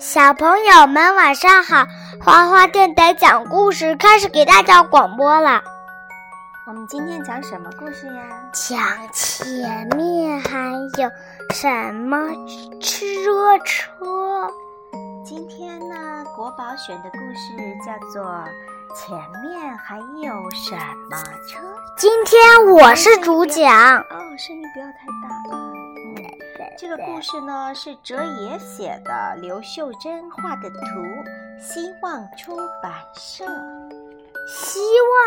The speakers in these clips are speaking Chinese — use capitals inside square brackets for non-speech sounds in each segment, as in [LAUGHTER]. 小朋友们晚上好，花花电台讲故事开始给大家广播了。我们今天讲什么故事呀？讲前面还有什么车车？今天呢，国宝选的故事叫做《前面还有什么车》。今天我是主讲。哦，声音不要太大。嗯，这个故事呢是哲野写的，刘秀珍画的图，希望出版社。希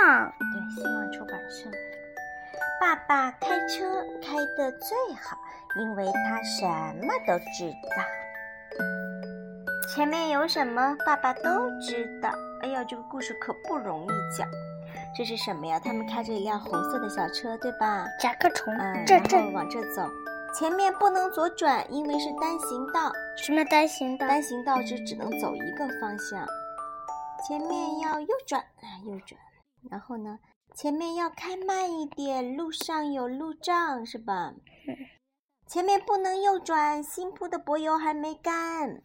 望对，希望出版社。爸爸开车开得最好，因为他什么都知道。前面有什么，爸爸都知道。哎呀，这个故事可不容易讲。这是什么呀？他们开着一辆红色的小车，对吧？甲壳虫嗯，这然这后往这走，前面不能左转，因为是单行道，什么单行道？单行道是只能走一个方向。前面要右转，啊，右转。然后呢，前面要开慢一点，路上有路障是吧？前面不能右转，新铺的柏油还没干。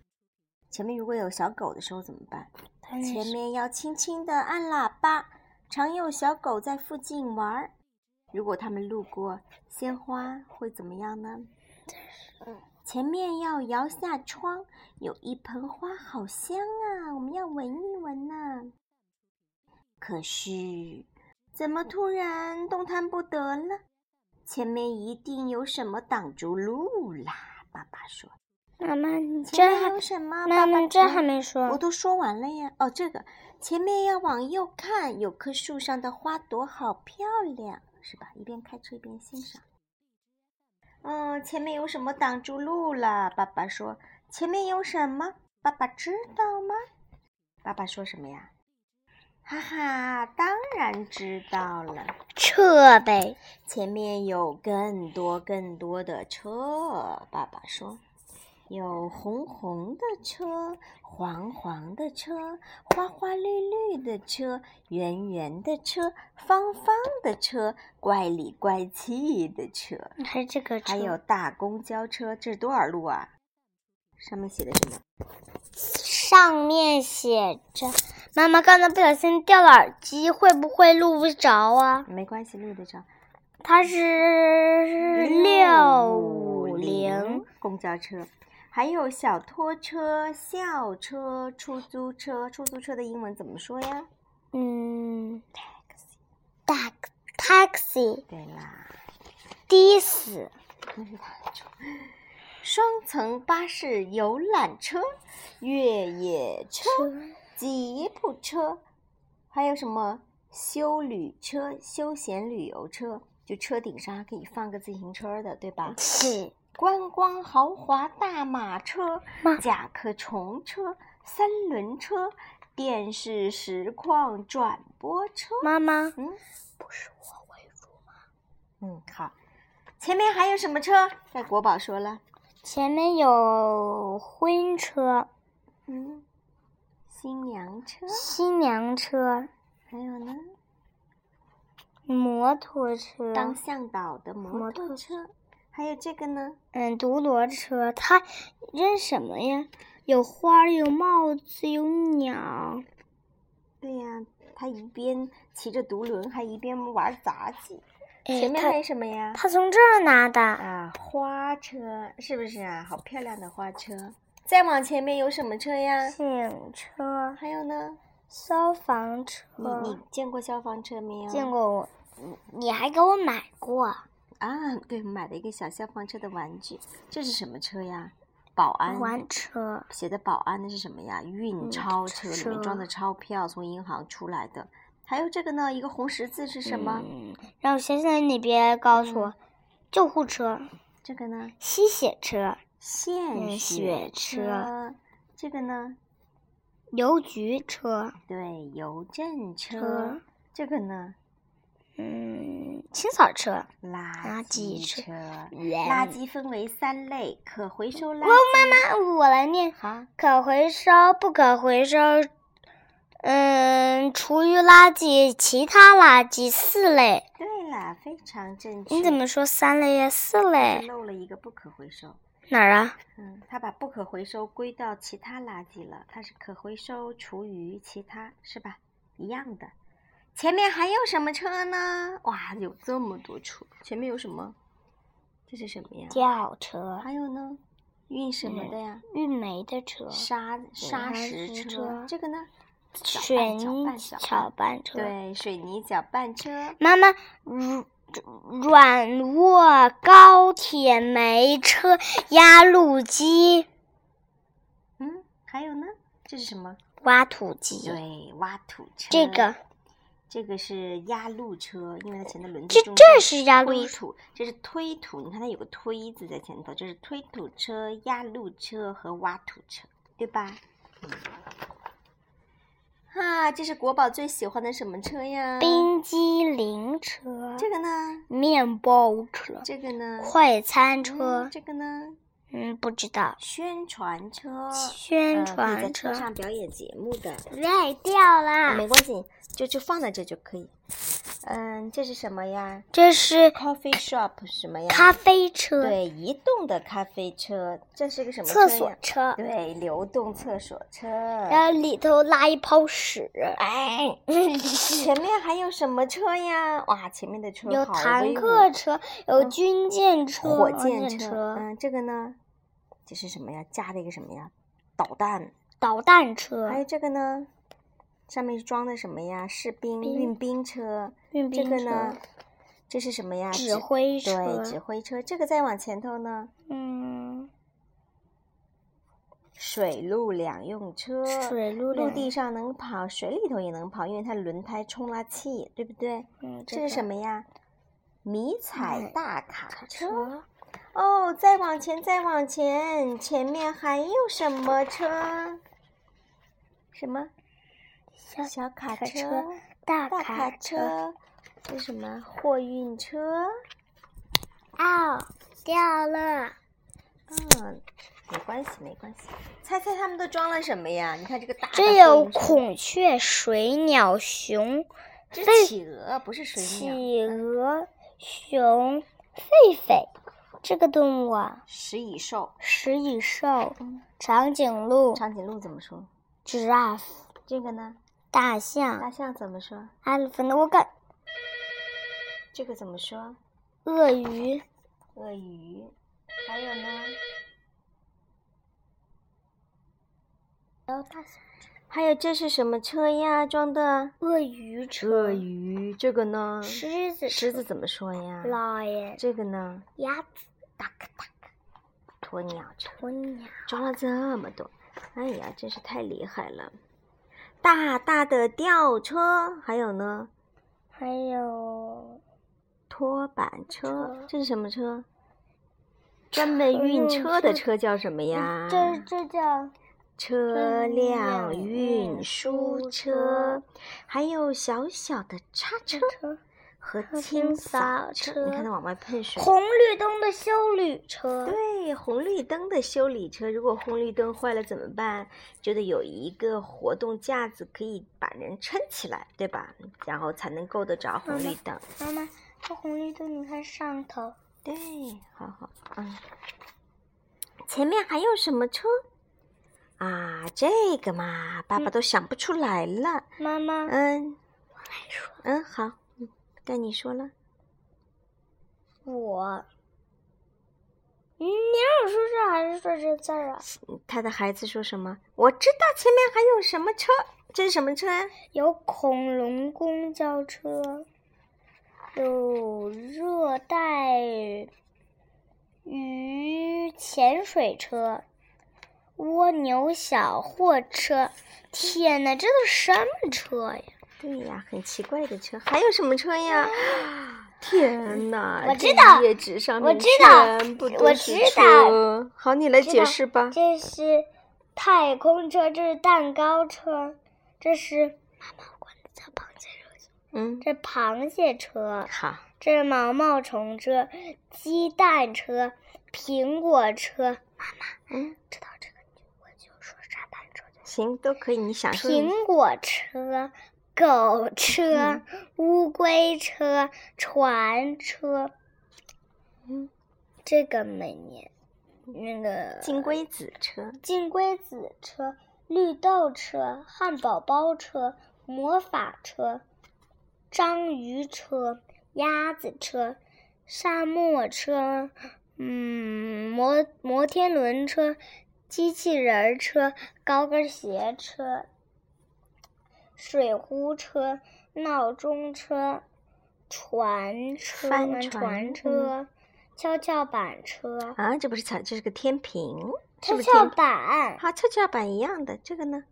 前面如果有小狗的时候怎么办？单行前面要轻轻的按喇叭，常有小狗在附近玩儿。如果它们路过，鲜花会怎么样呢？嗯前面要摇下窗，有一盆花好香啊，我们要闻一闻呢、可是，怎么突然动弹不得了？前面一定有什么挡住路啦！爸爸说妈妈，你：“这前面还有什妈么？”爸爸妈这说还没我说。都说完了呀。哦，这个前面要往右看，有棵树上的花朵好漂亮，是吧？一边开车一边欣赏。嗯，前面有什么挡住路了？爸爸说，前面有什么？爸爸知道吗？爸爸说什么呀？哈哈，当然知道了。设备前面有更多更多的车，爸爸说，有红红的车、黄黄的车、花花绿绿的车、圆圆的车、方方的车、怪里怪气的车，嗯还有这个车，还有大公交车。这是多少路啊？上面写的什么？上面写着，妈妈刚才不小心掉了耳机，会不会录不着啊？没关系，录得着。它是六五零，公交车，还有小拖车、校车、出租车。出租车的英文怎么说呀？嗯，大 taxi 对啦，的士， [LAUGHS] 双层巴士、游览车、越野车、吉普车，还有什么休旅车、休闲旅游车？就车顶上还可以放个自行车的，对吧？是观光豪华大马车妈、甲壳虫车、三轮车、电视实况转播车。妈妈嗯，不是我为主吗？嗯，好。前面还有什么车？在国宝说了。前面有婚车、嗯，新娘车，新娘车、还有呢，摩托车、当向导的嗯摩摩托托车，还有这个呢，嗯，独轮车，它认什么呀？有花儿，有帽子，有鸟。对呀、他一边骑着独轮，还一边玩杂技。哎前面它还有什么呀？它从这儿拿的啊，花车是不是啊？好漂亮的花车。再往前面有什么车呀？警车、还有呢？嗯消防你你车，见过消防车没有？见过我，你你还给我买过啊，对，买了一个小消防车的玩具。这是什么车呀？保安玩车，写的保安的是什么呀？运嗯钞车里面车装的钞票，从银行出来的。还有这个呢，一个红十字是什么？嗯嗯，让我想想，你别告诉我，救护车、这个呢？吸血车、献献血血车。这个呢？邮局车，对，邮政车。车这个呢？嗯，清扫车。垃垃圾圾车车。垃垃圾分为三类：可回收垃圾。妈妈，我来念。好，可回收、不可回收，嗯，厨余垃圾、其他垃圾四类。对啦，法非常正确。你怎么说三类呀、四类？漏了一个不可回收？哪儿啊？嗯，他把不可回收归到其他垃圾了，它是可回收、厨余、其他，是吧？一样的。前面还有什么车呢？哇，有这么多车！前面有什么？这是什么呀？轿车、还有呢？运什么的呀？运煤的车、砂砂石石车车。这个呢？搅水拌搅泥拌搅搅拌。拌车。对，水泥搅拌车。妈妈，软软卧高铁、煤车、压路机、嗯，还有呢？这是什么？挖土机。对，挖土车。这个，这个是压路车，因为它前的轮子这重这重是压路推土，这是推土。你看它有个“推”字在前头，这是推土车、压路车和挖土车，对吧？嗯、啊，这是国宝最喜欢的什么车呀？冰激凌车、这个呢？面包车、这个呢？快餐嗯车，这个呢？嗯，不知道。宣传车。宣呃可以在传车车，上表演节目的。歪掉啦！没关系，就就放在这就可以。嗯，这是什么呀这是？Coffee shop 什么呀？咖啡车、对，移动的咖啡车，这是个什么厕车所嗯呀？车，对，流动厕所车。然后里头拉一泡 [LAUGHS] 屎，哎，前面还有什么车呀？哇，前面的车有好坦威武克、车，有嗯军舰车、哦火箭车、嗯，这个呢，这是什么呀？加了一个什么呀？导弹。导弹车还、有这个呢，上面装的什么呀？士兵兵运兵车。运这兵个车、呢，这是什么呀？指挥车，对，指挥车。这个再往前头呢，嗯，水陆两用车。水陆呃陆两地，上能跑，水里头也能跑，因为它轮胎冲拉器，对不对？嗯，这是什么呀？迷彩嗯大卡车车？哦！再往前，再往前，前面还有什么车？什么小小卡卡车车、大大卡卡车？这是什么货运车？哦，掉了，嗯，没关系，没关系。猜猜他们都装了什么呀？你看这个大的这有货运车孔雀、水鸟、熊、这是企鹅，不是水鸟。嗯企鹅、熊、狒狒，这个动物啊，食蚁兽，食蚁兽、长颈鹿、嗯长颈鹿怎么说？ giraffe、这个呢？大大象、象怎么说？ elephant，我感这个怎么说？鳄鱼、鳄鱼，还有呢？还有大象、还有这是什么车呀？装的鳄鱼车鳄、鱼，这个呢？狮子、狮子怎么说呀？ lion、这个呢？鸭子、鸵鸟车，鸵鸟。装了这么多，哎呀，真是太厉害了！大大的吊车，还有呢？还有拖板车车，这是什么车？专门运运车的车嗯车叫什么呀？这这叫车车辆辆运运输输车，还有小小的叉车车和嗯和清清扫扫车。你看车它往外喷水。红绿灯的修旅车，对，红绿灯的修理车，如果红绿灯坏了怎么办？觉得有一个活动架子可以把人撑起来，对吧？然后才能够得着红妈妈绿灯。妈妈，这红绿灯你看上头 [LAUGHS] 对，好好，嗯，前面还有什么车？啊，这个嘛，爸嗯爸都想不出来了。妈妈，嗯，嗯，好，嗯，该你说了。我，你要说这还是说这字儿啊？嗯他的孩子说什么？我知道前面还有什么车，这是什么车啊？有恐龙公交车，有热带鱼潜水车，蜗牛小货车。天哪，这都什么车呀？对呀，很奇怪的车。还有什么车呀？天哪！啊我这知道页纸上我面知道全部我都是知道车。好，你来知解道释吧。这是太空车，这是蛋糕车，这是妈妈管它叫螃蟹车，嗯，这螃蟹车，好，这毛毛虫车，鸡蛋车，苹果车。嗯，知道这个我就说沙滩车就行。行，都可以。你想说你苹果车，狗车、嗯乌龟车、船车。嗯这个每年那个金龟子车、金龟子车、绿豆车、汉堡包车、魔法车、章鱼车、鸭子车、沙漠车、嗯，摩摩天轮车、机器人儿车、高跟鞋车、水壶车、闹钟车、船车、帆嗯船船车、跷跷板车、啊，这不是草，这是个天平，是跷不是跷天平？板。好，跷跷板一样的，这个呢？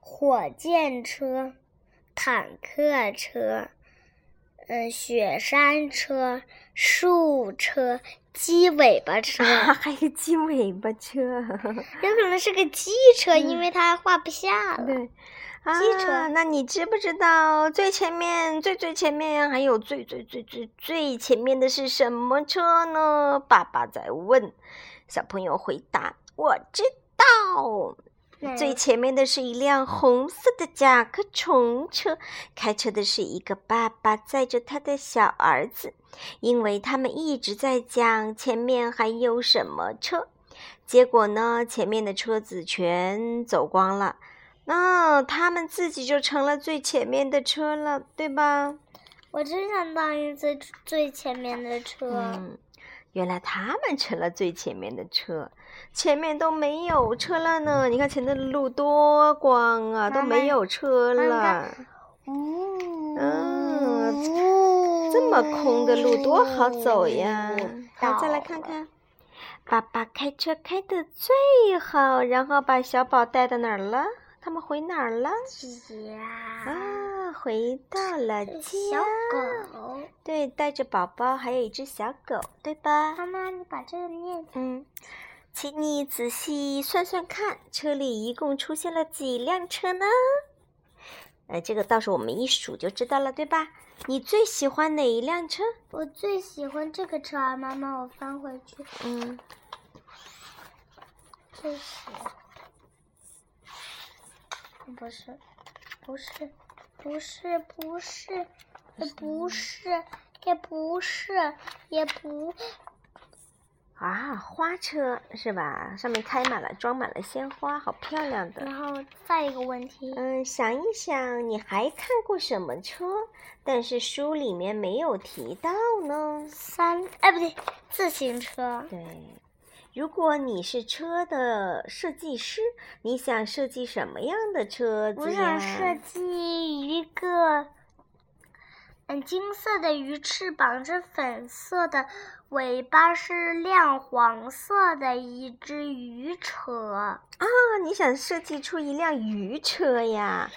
火箭车、坦克车、嗯，雪山车、树车、鸡尾巴 [LAUGHS] 车，啊，还有个鸡尾巴车，有可能是个鸡车，因为它画不下了。嗯对，啊，车那你知不知道最前面、最最前面还有最最最最最前面的是什么车呢？爸爸在问，小朋友回答：我知道。那最前面的是一辆红色的甲壳虫车，开车的是一个爸爸载着他的小儿子，因为他们一直在讲前面还有什么车，结果呢，前面的车子全走光了，那、他们自己就成了最前面的车了，对吧？我真想当一最最前面的车。嗯，原来他们成了最前面的车，前面都没有车了呢。你看前面的路多光啊，都妈妈没有车妈妈了，呜嗯啊这么空的路多好走呀！好，再来看。嗯到了看，爸爸开车开的最好，然后把小宝带到哪儿了？他们回哪儿了？呀，啊，回到了家。小狗，对，带着宝宝还有一只小狗，对吧？妈妈，你把这个念嗯，请你仔细算算看，车里一共出现了几辆车呢？呃，这个到时候我们一数就知道了，对吧？你最喜欢哪一辆车？我最喜欢这个车啊，妈妈，我翻回去嗯，最喜不是，不是，不是，不是，也不是，也不是，也不啊，花车是吧？上面开满了，装满了鲜花，好漂亮的。然后再一个问题，嗯，想一想，你还看过什么车？但是书里面没有提到呢。三，哎，不对，自行车，对，如果你是车的设计师，你想设计什么样的车我子想呀？设计一个。嗯，金色的鱼翅膀是粉色的，尾巴是亮黄色的一只鱼车。啊，你想设计出一辆鱼车呀？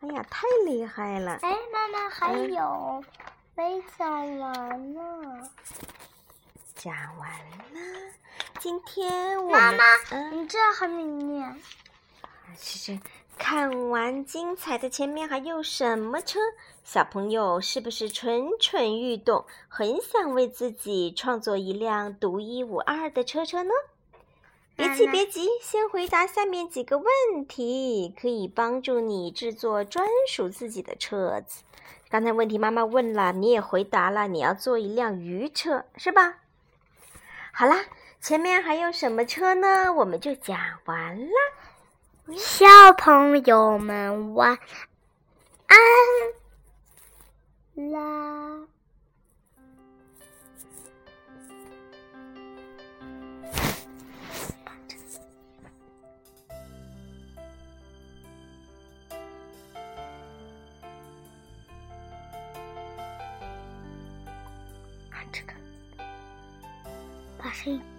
哎呀，太厉害了！哎，妈妈还嗯有没讲完呢？讲完了，今天我妈们妈，嗯，你这还没念？啊其实看完精彩的前面还有什么车？小朋友是不是蠢蠢欲动，很想为自己创作一辆独一无二的车车呢？别急，妈妈别急，先回答下面几个问题，可以帮助你制作专属自己的车子。刚才问题妈妈问了，你也回答了，你要做一辆鱼车是吧？好啦，前面还有什么车呢？我们就讲完了。小朋友们晚安啦！把这个，把这个。